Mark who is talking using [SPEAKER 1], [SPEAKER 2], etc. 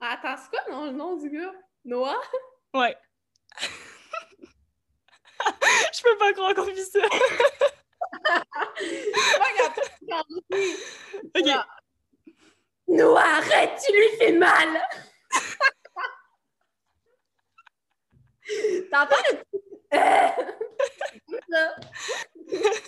[SPEAKER 1] Attends, c'est quoi non, le nom du gars? Noah?
[SPEAKER 2] Ouais. Je peux pas croire qu'on vit ça. Ok.
[SPEAKER 1] Noah. Noah, arrête, tu lui fais mal! T'entends le euh,